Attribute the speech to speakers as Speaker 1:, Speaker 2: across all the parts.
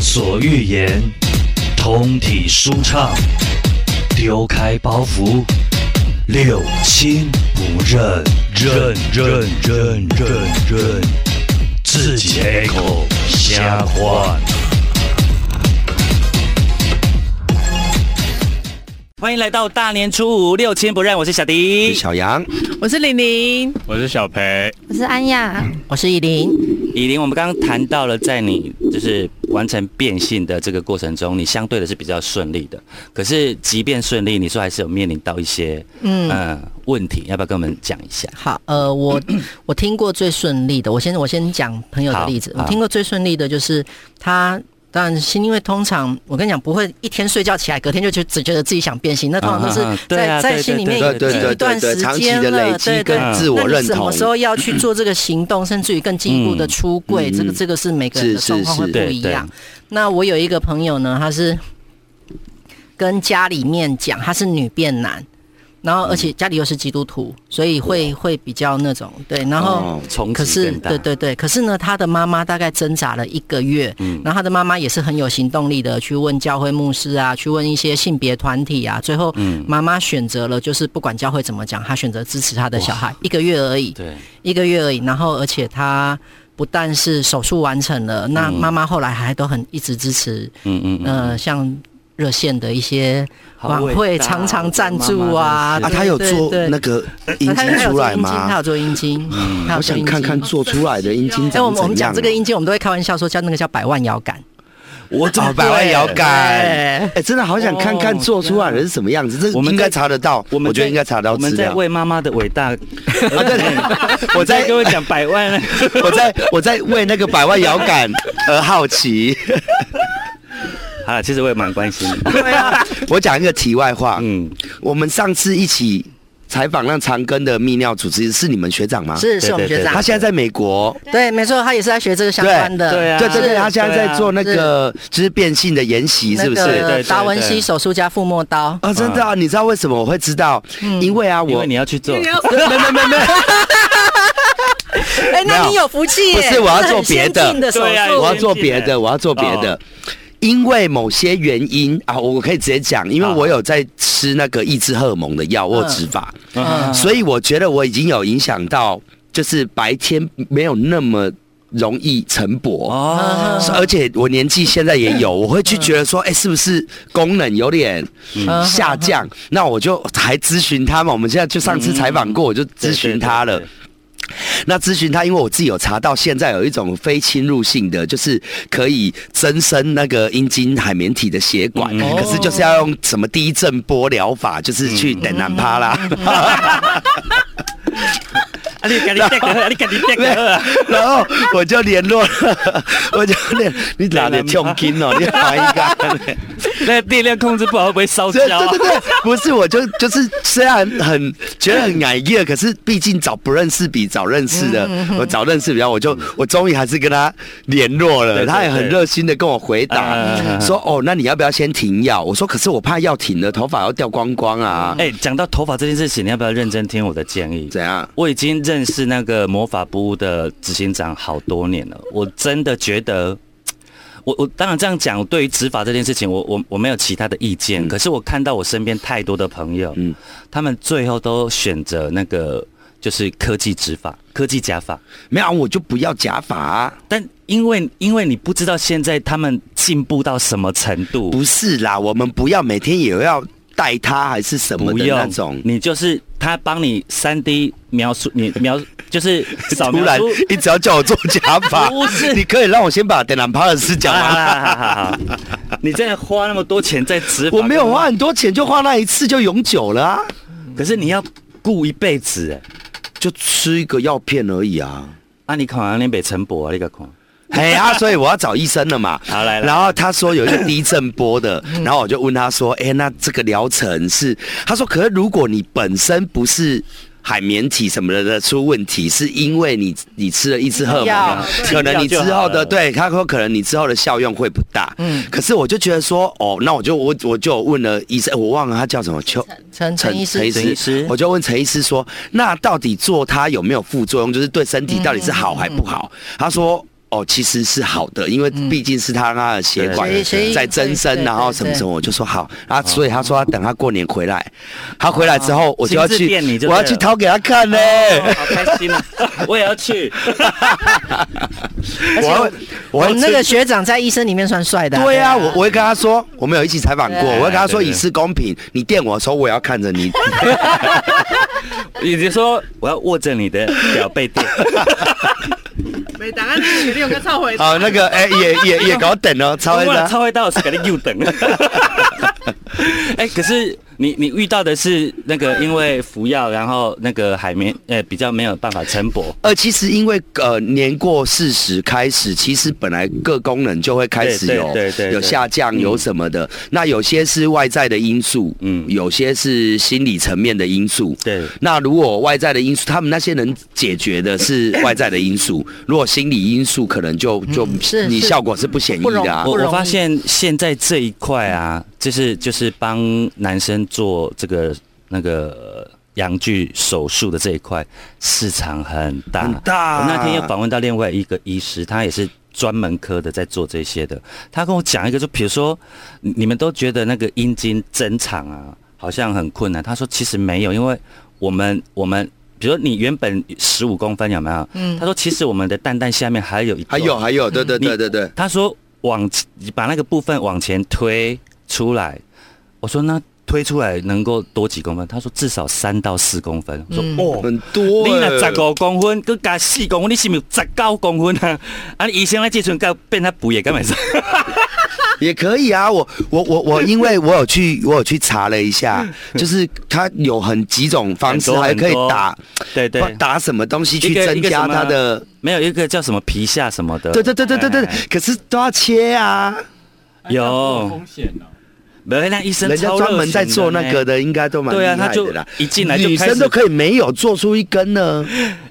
Speaker 1: 所欲言，通体舒畅，丢开包袱，六亲不认，认认认认认，自己开口瞎话。
Speaker 2: 欢迎来到大年初五六亲不认，我是小迪。
Speaker 3: 小杨，
Speaker 4: 我是玲玲，
Speaker 5: 我是小裴，
Speaker 6: 我是安雅，
Speaker 4: 我是依林。
Speaker 2: 以琳，我们刚刚谈到了，在你就是完成变性的这个过程中，你相对的是比较顺利的。可是即便顺利，你说还是有面临到一些嗯、呃问题，要不要跟我们讲一下？
Speaker 4: 好，呃，我我听过最顺利的，我先我先讲朋友的例子。
Speaker 2: 好
Speaker 4: 我听过最顺利的就是他，当然是因为通常我跟你讲，不会一天睡觉起来，隔天就就只觉得自己想变性，那通常都是
Speaker 2: 啊啊对
Speaker 4: 在、
Speaker 2: 啊对
Speaker 4: 在
Speaker 2: 对
Speaker 4: 心里
Speaker 2: 对
Speaker 4: 面
Speaker 2: 对
Speaker 4: 已经
Speaker 2: 对
Speaker 4: 一段时
Speaker 3: 长期
Speaker 4: 间
Speaker 3: 的累
Speaker 4: 了，
Speaker 3: 积
Speaker 4: 对对。
Speaker 3: 跟自我
Speaker 4: 那
Speaker 3: 认
Speaker 4: 你什
Speaker 3: 同
Speaker 4: 么，时候要去做这个 行动，甚至于更进一步的出柜，
Speaker 3: 嗯
Speaker 4: 这个这个是每个人的
Speaker 3: 是是
Speaker 4: 状况会
Speaker 3: 是
Speaker 4: 不一样。那我有一个朋友呢，他是跟家里面讲他是女变男，然后而且家里又是基督徒，所以会会比较那种对，然后。
Speaker 3: 哦
Speaker 2: 冲
Speaker 4: 可
Speaker 2: 击
Speaker 4: 是，
Speaker 2: 更大。
Speaker 4: 对对对，可是呢，他的妈妈大概挣扎了一个月，
Speaker 3: 嗯
Speaker 4: 然后他的妈妈也是很有行动力的，去问教会牧师啊，去问一些性别团体啊，最后
Speaker 3: 嗯
Speaker 4: 妈妈选择了，就是不管教会怎么讲，她选择支持她的小孩，一个月而已，
Speaker 2: 对
Speaker 4: 一个月而已。然后，而且她不但是手术完成了，
Speaker 3: 嗯
Speaker 4: 那妈妈后来还都很一直支持，
Speaker 2: 嗯嗯嗯，
Speaker 4: 呃，像热线的一些
Speaker 2: 好
Speaker 4: 晚
Speaker 2: 伟
Speaker 4: 会
Speaker 2: 大
Speaker 4: 常常赞助
Speaker 2: 妈妈
Speaker 4: 啊，
Speaker 2: 真
Speaker 3: 啊，
Speaker 2: 是
Speaker 3: 他有
Speaker 4: 对
Speaker 3: 做
Speaker 4: 对呃
Speaker 3: 那个阴
Speaker 4: 他
Speaker 3: 茎
Speaker 4: 他有
Speaker 3: 出
Speaker 4: 做
Speaker 3: 来
Speaker 4: 阴茎他
Speaker 3: 吗嗯
Speaker 4: 有？做阴茎，他有
Speaker 3: 我
Speaker 4: 做
Speaker 3: 想
Speaker 4: 阴
Speaker 3: 看看
Speaker 4: 茎。
Speaker 3: 做出来的阴茎
Speaker 4: 哎，
Speaker 3: 长
Speaker 4: 我们我
Speaker 3: 怎
Speaker 4: 们讲
Speaker 3: 样啊哦
Speaker 4: 这。个阴茎，我们都会开玩笑说叫那个叫百万摇杆。
Speaker 3: 我怎哦么百万摇杆？
Speaker 4: 对
Speaker 3: 哎，真的好想看看做出来的是什么样子，这
Speaker 2: 我们
Speaker 3: 应该
Speaker 2: 在
Speaker 3: 查得到，
Speaker 2: 我们
Speaker 3: 我觉
Speaker 2: 在
Speaker 3: 得应该查得到
Speaker 2: 我
Speaker 3: 资
Speaker 2: 们在
Speaker 3: 料。
Speaker 2: 为妈妈的伟大，
Speaker 3: 啊， 对，我在
Speaker 2: 跟我讲百万，
Speaker 3: 我在我在为那个百万摇 杆而好奇。
Speaker 2: 好了，其实我也蛮关心的。
Speaker 3: 我讲一个题外话，
Speaker 2: 嗯，
Speaker 3: 我们上次一起采访那长庚的泌尿主治医师是啊你们学长吗？，
Speaker 4: 是是我们
Speaker 2: 对对
Speaker 4: 学
Speaker 3: 他
Speaker 4: 长，
Speaker 3: 现在在美国。
Speaker 4: 对，没错，他也是在学这个相关的，
Speaker 2: 对啊
Speaker 3: 对对对，
Speaker 2: 是
Speaker 3: 他现在
Speaker 2: 对
Speaker 3: 在
Speaker 2: 啊
Speaker 3: 做那个就是变性的研习，是不
Speaker 4: 那
Speaker 3: 是？
Speaker 2: 对对
Speaker 4: 个达文西手术加腹膜刀，
Speaker 3: 啊，真的啊！你知道为什么我会知道？
Speaker 2: 嗯
Speaker 3: 因为啊，
Speaker 2: 因
Speaker 3: 我
Speaker 2: 为你要去做，
Speaker 3: 没没没没，
Speaker 4: 哎，那你有福气耶，
Speaker 3: 不是我要
Speaker 4: 这
Speaker 3: 做
Speaker 4: 很
Speaker 3: 别
Speaker 4: 先
Speaker 3: 的
Speaker 4: 进的手
Speaker 2: 对啊
Speaker 4: 术
Speaker 3: 我要做别
Speaker 2: 先进的
Speaker 3: 的，我要做别的
Speaker 2: 哦。
Speaker 3: 因为某些原因啊，我可以直接讲，因为
Speaker 2: 好
Speaker 3: 我有在吃那个抑制荷尔蒙的药或
Speaker 4: 嗯
Speaker 3: 植发，
Speaker 2: 嗯
Speaker 3: 所以我觉得我已经有影响到，就是白天没有那么容易晨勃。
Speaker 2: 哦，
Speaker 4: 嗯
Speaker 3: 而且我年纪现在也有，我会去
Speaker 2: 嗯
Speaker 3: 觉得说，哎、是不是功能有点
Speaker 4: 嗯
Speaker 3: 下降？那我就还咨询他嘛。我们现在就上次采访过，我就咨询他了
Speaker 2: 嗯对。对对
Speaker 3: 那咨询他，因为我自己有查到，现在有一种非侵入性的，就是可以增生那个阴茎海绵体的血管，
Speaker 2: 嗯
Speaker 3: 可是就是要用什么低震波疗法，就是去等南趴啦。
Speaker 2: 嗯啊，你赶紧带个，你赶紧带个。
Speaker 3: 然后我就联络了，我就联，你哪里痛经哦？你怀疑干？
Speaker 2: 那电量控制不好会不会烧
Speaker 3: 对
Speaker 2: 焦
Speaker 3: 对
Speaker 2: 啊？
Speaker 3: 对对，不是，我就就是虽然很觉得很矮热，可是毕竟找不认识比找认识
Speaker 2: 嗯
Speaker 3: 的，我找认识比较，我就我终于还是跟他联络
Speaker 2: 对
Speaker 3: 了，
Speaker 2: 对
Speaker 3: 他也很热心的跟我回
Speaker 2: 嗯嗯嗯
Speaker 3: 答
Speaker 2: 嗯，
Speaker 3: 说哦，那你要不要先停药？我说可是我怕药停了，头发要掉光光啊，
Speaker 2: 哎，讲到头发这件事情，你要不要认真听我的建议？
Speaker 3: 怎样？
Speaker 2: 我已经认识那个魔法部屋的执行长好多年了，我真的觉得，我我当然这样讲，对于执法这件事情，我我我没有其他的意见，可是我看到我身边太多的朋友，
Speaker 3: 嗯
Speaker 2: 他们最后都选择那个就是科技执法、科技假发，
Speaker 3: 没有啊，我就不要假发啊。
Speaker 2: 但因为因为你不知道现在他们进步到什么程度，
Speaker 3: 不是啦，我们不要每天也要带它还是什么
Speaker 2: 不
Speaker 3: 的
Speaker 2: 用
Speaker 3: 那种。
Speaker 2: 你就是他帮你三 D 描述，你描就是扫
Speaker 3: 突
Speaker 2: 描
Speaker 3: 然
Speaker 2: 出。，
Speaker 3: 你只要叫我做假 发
Speaker 2: 不是，
Speaker 3: 你可以让我先把《等南帕尔斯》讲
Speaker 2: 好好
Speaker 3: 完。
Speaker 2: 好好，你真的花那么多钱在植发，
Speaker 3: 我没有花，很多钱，就花那一次就永久了、啊，
Speaker 2: 可是你要顾一辈子哎。
Speaker 3: 就吃一个药片而已 啊。
Speaker 2: 啊，你看啊，你北城博啊，你个看，
Speaker 3: 哎啊，所以我要找医生了嘛。
Speaker 2: 好来来嗯
Speaker 3: 然后他说有一个低震波的，然后我就问他说：“哎、那这个疗程是？”他说：“可是如果你本身不是。”海绵体什么的的出问题，是因为你你吃了抑制荷尔蒙啊，
Speaker 2: 吃
Speaker 3: 可能你之
Speaker 2: 药就好
Speaker 3: 后
Speaker 2: 了
Speaker 3: 的对他说可能你之后的效用会不大。嗯，可是我就觉得说，哦，那我就我我就问了医生，我忘了他叫什么邱
Speaker 4: 陈陈医
Speaker 3: 陈
Speaker 4: 师，
Speaker 2: 陈医师
Speaker 3: 我就问陈医师
Speaker 4: 嗯
Speaker 3: 说，那到底做它有没有副作用？就是对身体到底是好还不好？他说。哦，其实是好的，因为毕竟是他那的血管
Speaker 4: 对所以
Speaker 3: 在增生，
Speaker 4: 对
Speaker 3: 然后什么什么，我就说好啊，所以他说他等他过年回来，他回来之后我就要
Speaker 2: 亲自
Speaker 3: 去
Speaker 2: 电你，就
Speaker 3: 我要
Speaker 2: 对
Speaker 3: 去
Speaker 2: 了
Speaker 3: 掏给他看呢。
Speaker 2: 哦好开心啊！我也要去。
Speaker 3: 我要我
Speaker 4: 哦我
Speaker 3: 要
Speaker 4: 们那个
Speaker 3: 吃
Speaker 4: 学长在医生里面算帅的、
Speaker 3: 对啊，我我会跟他说，我们有一起采访过，
Speaker 4: 对
Speaker 3: 我会跟他说
Speaker 2: 对对
Speaker 3: 以示公平，你电我的时候我也要看着你。
Speaker 2: 以及说我要握着你的表背垫，
Speaker 5: 每档案取六个召回。
Speaker 3: 好，那个哎也也也搞等哦，超
Speaker 2: 我
Speaker 3: 恩
Speaker 2: 了
Speaker 3: 的。
Speaker 2: 超会到是给你又等。哎、可是你你遇到的是那个因为服药，然后那个海绵呃比较没有办法晨勃，
Speaker 3: 呃，其实因为呃年过四十开始，其实本来各功能就会开始
Speaker 2: 对对
Speaker 3: 有
Speaker 2: 对对对
Speaker 3: 有下降，有什么的。那有些是外在的因素，
Speaker 2: 嗯
Speaker 3: 嗯，有些是心理层面的因素，
Speaker 2: 对
Speaker 3: 那如果外在的因素，他们那些能解决的是外在的因素，如果心理因素，可能就就、
Speaker 4: 嗯是
Speaker 3: 你
Speaker 4: 是
Speaker 3: 效果是不显
Speaker 4: 不
Speaker 3: 异
Speaker 4: 容
Speaker 3: 的、啊。
Speaker 2: 我
Speaker 4: 不容
Speaker 2: 我
Speaker 4: 易
Speaker 2: 发现现在这一块啊，就是就是帮男生做这个那个呃阳具手术的这一块市场很大
Speaker 3: 很大
Speaker 2: 我那天又访问到另外一个医师，他也是。专门科的在做这些的，他跟我讲一个，就比如说，你你们都觉得那个阴茎增长啊，好像很困难。他说其实没有，因为我们我们，比如说你原本十五公分有没有？嗯，他说其实我们的蛋蛋下面还有一
Speaker 3: 还
Speaker 2: 段
Speaker 3: 有还有，对对对
Speaker 2: 嗯你
Speaker 3: 对对。
Speaker 2: 他说往把那个部分往前推出来，我说那推出来能够多几公分？他说至少三到四公分。我说、
Speaker 3: 嗯
Speaker 2: 哦。
Speaker 3: 很多、
Speaker 2: 你
Speaker 3: 欸，
Speaker 2: 那十五公分，佮加四公分，你是不是十九公分啊？啊，医生来这阵到变他补也干嘛事？
Speaker 3: 也可以啊。我我我 我，因为我有去我有去查了一下，就是它有很几种方式，
Speaker 2: 嗯 很多
Speaker 3: 还可以打
Speaker 2: 对对，
Speaker 3: 打什么东西去
Speaker 2: 一个
Speaker 3: 增加它的。
Speaker 2: 没有一个叫什么皮下什么的。
Speaker 3: 对对对对对对，
Speaker 2: 哎
Speaker 3: 可是都要切啊！
Speaker 2: 有
Speaker 6: 风险哦。
Speaker 2: 没有那医生
Speaker 3: 人家
Speaker 2: 超热
Speaker 3: 专门在
Speaker 2: 情
Speaker 3: 做
Speaker 2: 的
Speaker 3: 那个的，应该都蛮厉
Speaker 2: 对啊，他
Speaker 3: 害
Speaker 2: 就
Speaker 3: 的啦。
Speaker 2: 一进来就
Speaker 3: 女
Speaker 2: 开始哎
Speaker 3: 生都可以没有做出一根呢，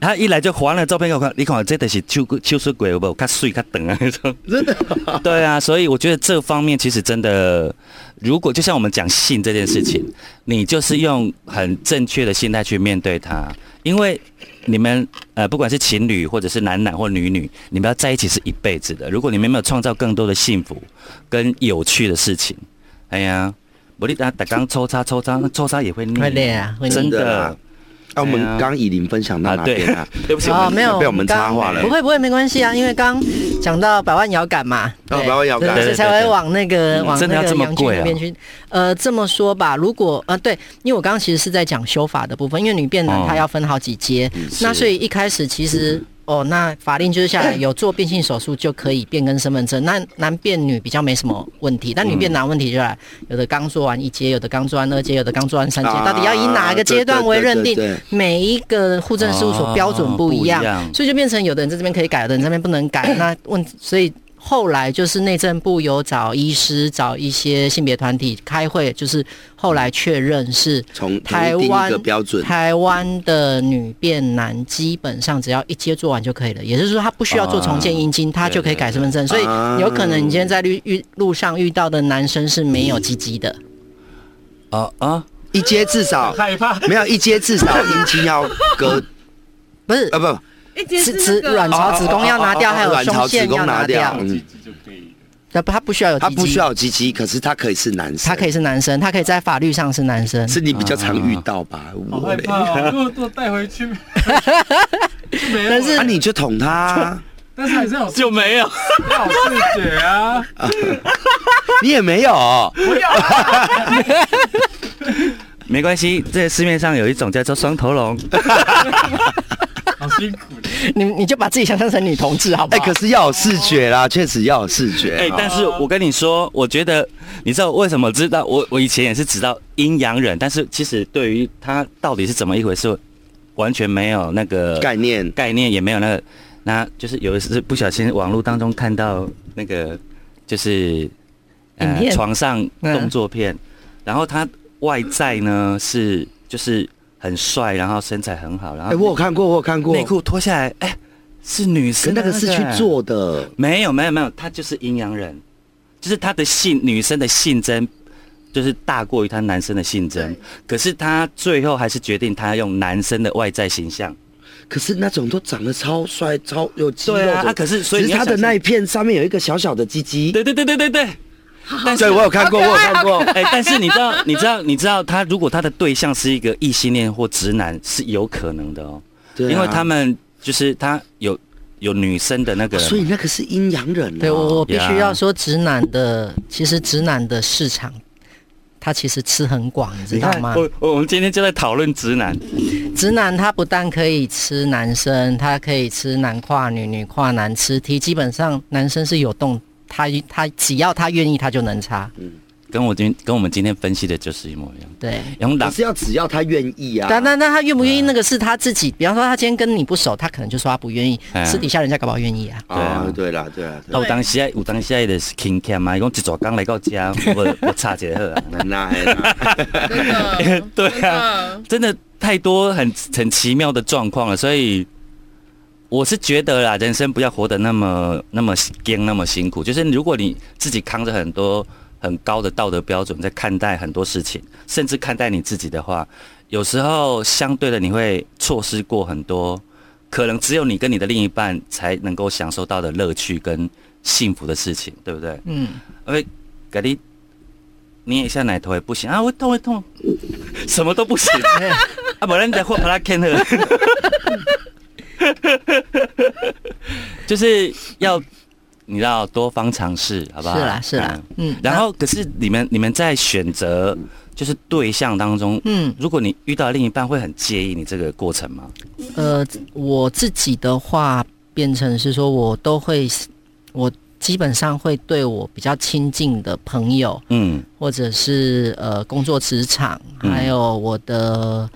Speaker 2: 他一来就还了照片给我看，你看这都是手手术鬼有没有？看水看等啊 那种。
Speaker 3: 真的。
Speaker 2: 对啊，所以我觉得这方面其实真的，如果就像我们讲性这件事情，你就是用很正确的心态去面对它，因为你们呃，不管是情侣或者是男男或女女，你们要在一起是一辈子的。如果你们没有创造更多的幸福跟有趣的事情，哎呀，我你打打刚抽插抽插，那抽插也会腻，
Speaker 4: 会累啊会腻
Speaker 2: 真
Speaker 3: 真的
Speaker 2: 的
Speaker 3: 啊。啊，我们
Speaker 2: 对啊
Speaker 3: 刚刚以林分享到
Speaker 2: 啊
Speaker 3: 哪
Speaker 2: 对
Speaker 3: 边啊？对不起
Speaker 4: 哦，没有
Speaker 3: 被我们插话了
Speaker 4: 不。会不会，没关系啊，因为刚讲到百万摇杆嘛，
Speaker 3: 哦
Speaker 4: 对
Speaker 3: 百万摇杆
Speaker 4: 对
Speaker 2: 对对
Speaker 4: 所以才
Speaker 2: 对
Speaker 4: 会
Speaker 2: 对
Speaker 4: 往那个
Speaker 2: 嗯
Speaker 4: 往
Speaker 2: 真的
Speaker 4: 那
Speaker 2: 要
Speaker 4: 个
Speaker 2: 这么
Speaker 4: 洋剧
Speaker 2: 贵
Speaker 4: 那
Speaker 2: 啊
Speaker 4: 边去。呃，这么说吧，如果呃对，因为我刚刚其实是在讲修法的部分，因为女变
Speaker 2: 哦
Speaker 4: 男它要分好几阶，那
Speaker 2: 是
Speaker 4: 所以一开始其实。哦，那法令就是下来有做变性手术就可以变更身份证，那男变女比较没什么问题，但女变男问题就来，有的刚做完一阶，有的刚做完二阶，有的刚做完三阶，
Speaker 3: 啊
Speaker 4: 到底要以哪个阶段为认定
Speaker 3: 对对对对？
Speaker 4: 每一个户政事务所标准不一样，
Speaker 2: 哦不一样
Speaker 4: 所以就变成有的人在这边可以改，有的人在这边不 能改。那问，所以后来就是内政部有找医师、找一些性别团体开会，就是后来确认是
Speaker 3: 从
Speaker 4: 台
Speaker 3: 定一
Speaker 4: 湾
Speaker 3: 个标准
Speaker 4: 台湾的女变男基本上只要一接做完就可以了，也就是说他不需要做重建阴茎，他就可以改身份
Speaker 3: 哦
Speaker 4: 证。所以有可能你今天在路遇路上遇到的男生是没有鸡鸡的，
Speaker 2: 啊啊！
Speaker 3: 一阶至少
Speaker 6: 害怕，
Speaker 3: 没有一阶至少阴茎要割
Speaker 4: 不是
Speaker 3: 啊不
Speaker 5: 一间
Speaker 4: 子
Speaker 5: 是
Speaker 4: 子
Speaker 5: 那个
Speaker 4: 卵巢、子宫要拿掉，
Speaker 3: 哦哦哦哦
Speaker 4: 还有
Speaker 3: 卵巢
Speaker 4: 胸腺
Speaker 3: 子宫
Speaker 4: 要
Speaker 3: 拿
Speaker 4: 拿
Speaker 3: 掉
Speaker 4: 掉。
Speaker 3: 嗯
Speaker 6: 自己就可以。
Speaker 4: 他不，他不需要有
Speaker 3: 他
Speaker 4: 鸡
Speaker 3: 不
Speaker 4: 鸡
Speaker 3: 需，要有鸡鸡，可是他可以是男生，
Speaker 4: 他可以是男生，他可以在法律上是男生。
Speaker 3: 是你比较常遇
Speaker 2: 啊
Speaker 3: 到吧？
Speaker 6: 好
Speaker 3: 我
Speaker 6: 害
Speaker 3: 嘞，
Speaker 6: 怕哦！如果都带回去，没有
Speaker 4: 但是
Speaker 3: 那啊你就捅他啊，
Speaker 6: 但是还是有
Speaker 2: 就没有，
Speaker 6: 好视觉啊！
Speaker 3: 你也没有，
Speaker 2: 没关系。这市面上有一种叫做双头 龙，
Speaker 6: 好辛苦的，
Speaker 4: 你你就把自己想象成女同志好不
Speaker 3: 哎，
Speaker 4: 好？
Speaker 3: 可是要有视觉啦，确实要有视
Speaker 2: 哎、
Speaker 3: 觉。啊
Speaker 2: 但是我跟你说，我觉得你知道为什么知道我我以前也是知道阴阳人，但是其实对于他到底是怎么一回事，完全没有那个
Speaker 3: 概念
Speaker 2: 概念，也没有那个，那就是有一次不小心网络当中看到那个就是呃
Speaker 4: 影片嗯
Speaker 2: 床上动作片，然后他外在呢是就是很帅，然后身材很好，然
Speaker 4: 啊
Speaker 3: 哎，我有
Speaker 2: 后
Speaker 3: 看过，我有看过
Speaker 2: 内，裤脱下来，哎、是女
Speaker 3: 可
Speaker 2: 生
Speaker 3: 那
Speaker 2: 的
Speaker 3: 个是去
Speaker 2: 哎
Speaker 3: 做的，
Speaker 2: 没有没有没有，他就是阴阳人，就是他的性女生的性征，就是大过于他男生的性征。可是他最后还是决定他用男生的外在形象
Speaker 3: 可是那种都长得超帅、超有肌肉
Speaker 2: 对
Speaker 3: 的。
Speaker 2: 啊啊可是所以
Speaker 3: 只
Speaker 2: 你
Speaker 3: 是
Speaker 2: 要
Speaker 3: 他的
Speaker 2: 想象
Speaker 3: 那一片上面有一个小小的鸡鸡。
Speaker 2: 对对对对对对。但是
Speaker 3: 对，我有看过，我有看过。
Speaker 2: 哎、但是你知道，你知道，你知道，他如果他的对象是一个异性恋或直男，是有可能的哦，
Speaker 3: 对啊
Speaker 2: 因为他们就是他有有女生的那个人嘛，
Speaker 3: 所以那个是阴阳人、啊。
Speaker 4: 对我我必须
Speaker 2: 呀
Speaker 4: 要说，直男的其实直男的市场，它其实吃很广，你知
Speaker 2: 你
Speaker 4: 道
Speaker 2: 看
Speaker 4: 吗？
Speaker 2: 我我我们今天就在讨论直男，
Speaker 4: 直男他不但可以吃男生，他可以吃男跨女、女跨男、吃 T，基本上男生是有动，他他只要他愿意，他就能插。
Speaker 3: 嗯
Speaker 2: 跟我今跟我们今天分析的就是一模一样。
Speaker 4: 对，
Speaker 2: 用
Speaker 3: 可
Speaker 2: 狼
Speaker 3: 是要只要他愿意啊。
Speaker 4: 但那那他愿不愿意，那个是他自己。比方说他今天跟你不熟，他可能就说他不愿意，
Speaker 3: 哎
Speaker 2: 嗯
Speaker 4: 私底下人家搞不好愿意啊。
Speaker 3: 啊，对啦，对啦，对啦
Speaker 2: 有当时啊，有当时啊，就是 king cam 啊，伊讲一早刚来到 家，我我差一个好啊
Speaker 3: 那还 啦
Speaker 5: 真的
Speaker 2: 对啊
Speaker 5: 啊，
Speaker 2: 真的太多很很奇妙的状况了，所以我是觉得啦，人生不要活得那么那么艰那么辛苦，就是如果你自己扛着很多很高的道德标准在看待很多事情，甚至看待你自己的话，有时候相对的你会错失过很多。可能只有你跟你的另一半才能够享受到的乐趣跟幸福的事情，对不对？
Speaker 4: 嗯，
Speaker 2: 因为哎给你捏一下奶头也不行啊，会痛会痛， 什么都 不行啊，不然你再换把它看了。 就是要你知道多方尝试，好不好？
Speaker 4: 是啦是啦，嗯。
Speaker 2: 然后可是你们你们在选择就是对象当中，
Speaker 4: 嗯
Speaker 2: 如果你遇到另一半会很介意你这个过程吗？
Speaker 4: 呃，我自己的话变成是说我都会，我基本上会对我比较亲近的朋友，
Speaker 2: 嗯
Speaker 4: 或者是呃工作职场，
Speaker 2: 嗯
Speaker 4: 还有我的、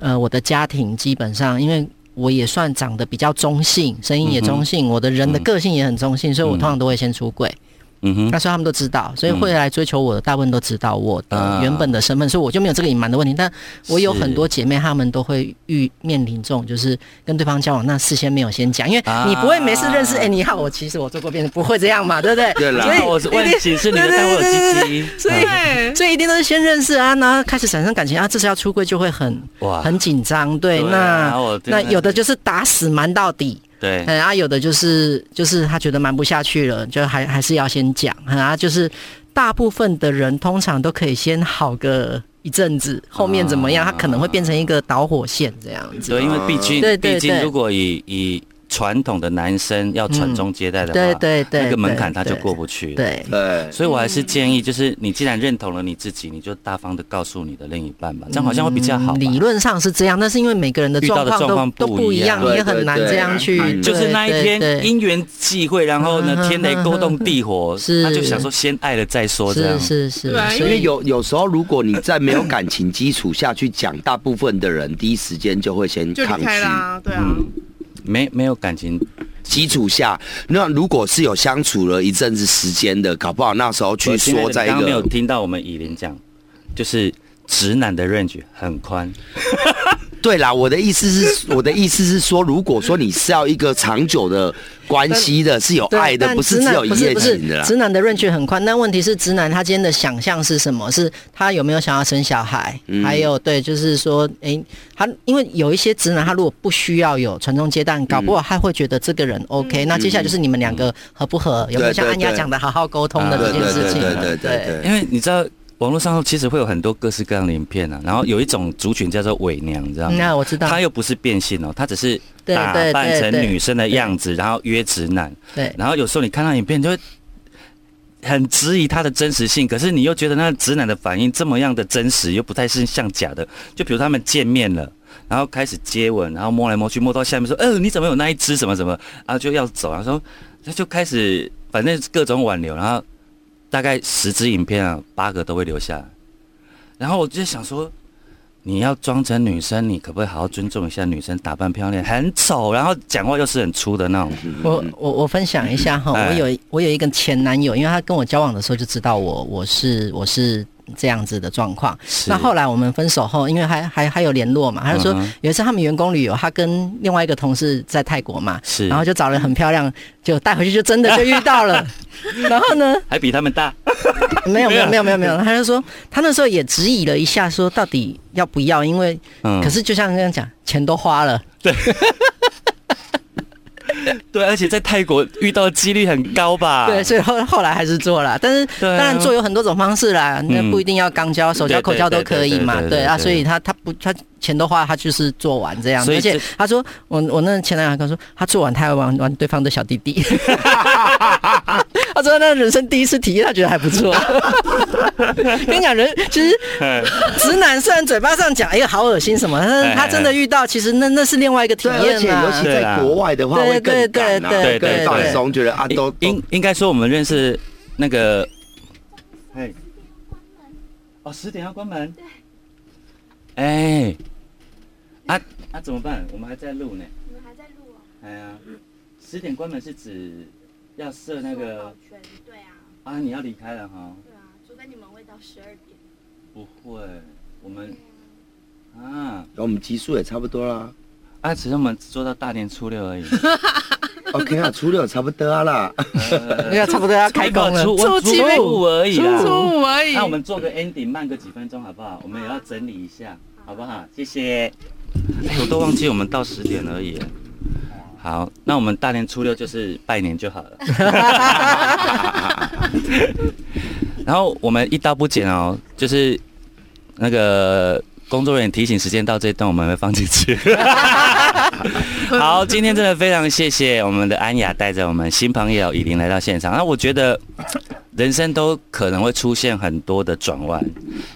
Speaker 4: 呃我的家庭，基本上因为。我也算长得比较中性，声音也中性，我的人的个性也很中性，所以我通常都会先出柜。
Speaker 2: 嗯哼
Speaker 4: 那所以他们都知道，所以会来追求我的大部分都知道我的
Speaker 2: 啊
Speaker 4: 原本的身份，所以我就没有这个隐瞒的问题。但我有
Speaker 2: 是
Speaker 4: 很多姐妹，她们都会遇面临这种，就是跟对方交往，那事先没有先讲，因为
Speaker 2: 啊
Speaker 4: 你不会没事认识，哎、你好，我其实我做过变，不会这样嘛，对不对？
Speaker 3: 对啦
Speaker 4: 所以
Speaker 2: 我是问
Speaker 4: 一定
Speaker 2: 寝室你的
Speaker 4: 对对
Speaker 2: 单位有
Speaker 4: 对对
Speaker 2: 鸡鸡嗯
Speaker 4: 对所以。
Speaker 5: 对，
Speaker 4: 所以一定都是先认识啊，然后开始产生感情啊，这时要出柜就会很
Speaker 2: 哇
Speaker 4: 很紧张，对，
Speaker 2: 对啊
Speaker 4: 那
Speaker 2: 我真
Speaker 4: 那
Speaker 2: 的
Speaker 4: 有的就是打死瞒到底，
Speaker 2: 对，
Speaker 4: 嗯，啊，有的就是就是他觉得瞒不下去了，就还还是要先讲，嗯啊，就是大部分的人通常都可以先好个一阵子，后面怎么样，他可能会变成一个导火线这样子。
Speaker 2: 对，因为毕竟
Speaker 4: 对对
Speaker 2: 毕竟
Speaker 4: 对
Speaker 2: 如果以以传统的男生要传宗接代的话，
Speaker 4: 对对对，
Speaker 2: 那个门
Speaker 4: 对
Speaker 2: 槛他就
Speaker 4: 对
Speaker 2: 过不去。，
Speaker 4: 对，
Speaker 3: 对，
Speaker 2: 所以我还是建议，就是你既然认同了你自己，你就大方的告诉你的另一半吧，这样好像会比较好吧。
Speaker 4: 嗯理论上是这样，但是因为每个人的
Speaker 2: 遇到
Speaker 4: 状
Speaker 2: 的
Speaker 4: 况都
Speaker 2: 状况
Speaker 4: 都
Speaker 2: 不
Speaker 4: 不
Speaker 2: 一
Speaker 4: 一样，
Speaker 2: 样
Speaker 4: 你也很
Speaker 3: 对对
Speaker 4: 难
Speaker 3: 对
Speaker 4: 这样去
Speaker 3: 嗯。
Speaker 2: 就是
Speaker 4: 对
Speaker 2: 那一
Speaker 4: 对
Speaker 2: 天
Speaker 4: 对
Speaker 2: 因缘际会，然后
Speaker 4: 嗯
Speaker 2: 呢，天雷勾动地火，
Speaker 4: 是
Speaker 2: 他就想说先爱了再说这样
Speaker 4: 是。是是
Speaker 5: 对啊，
Speaker 3: 因
Speaker 4: 所以
Speaker 3: 为有有时候，如果你在没有感情基础下去讲，大部分的人第一时间就会先
Speaker 5: 就
Speaker 3: 抗
Speaker 5: 离开
Speaker 3: 拒。
Speaker 5: 啦，对啊，
Speaker 2: 没没有感情，
Speaker 3: 基础下，那如果是有相处了一阵子时间的，搞不好那时候去说
Speaker 2: 我
Speaker 3: 在
Speaker 2: 现在刚
Speaker 3: 一
Speaker 2: 刚没有
Speaker 3: 个
Speaker 2: 听到我们以琳讲，就是直男的 range 很宽，
Speaker 3: 对啦，我的意思是， 我的意思是说，如果说你是要一个长久的关系的，是有
Speaker 4: 对
Speaker 3: 爱的，
Speaker 4: 但
Speaker 3: 不是
Speaker 4: 直
Speaker 3: 只
Speaker 4: 男
Speaker 3: 有一
Speaker 4: 不是
Speaker 3: 夜
Speaker 4: 不是
Speaker 3: 情的啦。
Speaker 4: 直男的 range 很宽，但问题是直男他今天的想象是什么？是他有没有想要生小孩？
Speaker 3: 嗯
Speaker 4: 还有对，就是说，诶，他因为有一些直男，他如果不需要有传宗
Speaker 3: 嗯
Speaker 4: 接代，搞不好他会觉得这个人 OK、那接下来就是你们两个合不合，有没有像
Speaker 3: 对对
Speaker 4: 安雅
Speaker 3: 对
Speaker 4: 讲的好好沟通的这
Speaker 3: 对
Speaker 4: 件
Speaker 3: 对
Speaker 4: 事
Speaker 3: 对
Speaker 4: 情？啊
Speaker 3: 对对对对。
Speaker 2: 因为你知道网络上其实会有很多各式各样的影片啊，然后有一种族群叫做伪娘，你知道吗？
Speaker 4: 嗯那我知道
Speaker 2: 他，又不是变性哦，他只是
Speaker 4: 对
Speaker 2: 打
Speaker 4: 对
Speaker 2: 扮
Speaker 4: 对
Speaker 2: 成
Speaker 4: 对
Speaker 2: 女生的样子，然后约直男，
Speaker 4: 对
Speaker 2: 然后有时候你看到影片就会很质疑他的真实性，可是你又觉得那直男的反应这么样的真实，又不太是像假的。就比如他们见面了。然后开始接吻，然后摸来摸去，摸到下面说：“呃，你怎么有那一只？什么什么？”然后就要走，然后说他就开始，反正各种挽留，然后大概十支影片啊，八个都会留下来。然后我就想说，你要装成女生，你可不可以好好尊重一下女生打扮漂亮？很丑，然后讲话又是很粗的那种。
Speaker 4: 我我我分享一下哈，
Speaker 2: 嗯哎
Speaker 4: 我有我有一个前男友，因为他跟我交往的时候就知道我我是我是这样子的状况。
Speaker 2: 是
Speaker 4: 那后来我们分手后，因为还还还有联络嘛，他就说
Speaker 2: 嗯哼
Speaker 4: 有一次他们员工旅游，他跟另外一个同事在泰国嘛，
Speaker 2: 是
Speaker 4: 然后就找了很漂亮，就带回去，就真的就遇 到了。然后呢，
Speaker 2: 还比他们大，
Speaker 4: 没有没有没有没有没有，他就说他那时候也质疑了一下，说到底要不要？因为、
Speaker 2: 嗯
Speaker 4: 可是就像这样讲，钱都花了，
Speaker 2: 嗯对，而且在泰国遇到的几率很高吧？
Speaker 4: 对，所以后后来还是做了。但是、
Speaker 2: 啊对啊
Speaker 4: 当然做有很多种方式啦，那
Speaker 2: 嗯
Speaker 4: 不一定要肛交、手交、
Speaker 2: 对对
Speaker 4: 口交都
Speaker 2: 对对
Speaker 4: 可以嘛。
Speaker 2: 对对
Speaker 4: 对啊，
Speaker 2: 对
Speaker 4: 所以他他不他钱都花了，他就是做完这样。
Speaker 2: 所以
Speaker 4: 而且
Speaker 2: 这
Speaker 4: 他说我我那前男友还跟我说，他做完他还玩玩对方的小弟弟。 他说那人生第一次体验，他觉得还不错。 跟你讲，人其实
Speaker 2: 嗯
Speaker 4: 直男虽然嘴巴上讲哎呀好恶心什么，但
Speaker 2: 哎
Speaker 4: 是他真的遇到，其实那那是另外一个体
Speaker 3: 对，而且
Speaker 4: 验啊
Speaker 3: 尤其
Speaker 2: 对啦
Speaker 3: 在国外的话
Speaker 4: 对
Speaker 3: 会更敢啊，
Speaker 4: 对
Speaker 2: 对对
Speaker 3: 更
Speaker 2: 对
Speaker 3: 放
Speaker 2: 对
Speaker 3: 松，觉得啊都
Speaker 2: 应
Speaker 3: 都
Speaker 2: 应应该说我们认识那个，哎，哦，十点要关门。哎，啊啊，怎么办？我们还在录呢。
Speaker 7: 你们还在录哦？
Speaker 2: 哎呀，十点关门是指要设那个
Speaker 7: 保全，对啊，
Speaker 2: 啊，你要离开了哈？
Speaker 7: 对啊，除非你们会到十二点。
Speaker 2: 不会，我们啊
Speaker 3: 我们集数也差不多啦。
Speaker 2: 啊，只是我们做到大年初六 而已。
Speaker 3: OK 啊，初六差不多啊啦。
Speaker 4: 对啊，差不多要开工了。
Speaker 2: 初
Speaker 5: 初七
Speaker 2: 初五而已啦。
Speaker 5: 初五而已
Speaker 2: 那。我们做个 ending，慢个几分钟好不好？我们也要整理一下，好不好？谢谢。哎，我都忘记我们到十点而已。好，那我们大年初六就是拜年就好了。 然后我们一刀不剪哦，就是那个工作人员提醒时间到这一段，我们会放进去。好，今天真的非常谢谢我们的安雅带着我们新朋友以琳来到现场。那我觉得人生都可能会出现很多的转弯，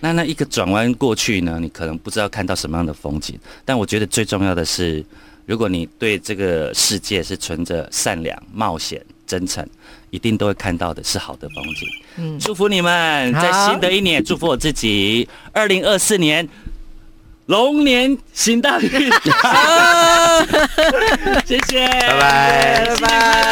Speaker 2: 那那一个转弯过去呢，你可能不知道看到什么样的风景。但我觉得最重要的是，如果你对这个世界是存着善良、冒险、真诚，一定都会看到的是好的风景。
Speaker 4: 嗯
Speaker 2: 祝福你们在
Speaker 4: 好
Speaker 2: 新的一年，也祝福我自己，二零二四年龙年 行大运。谢谢，拜
Speaker 3: 拜拜
Speaker 2: 拜。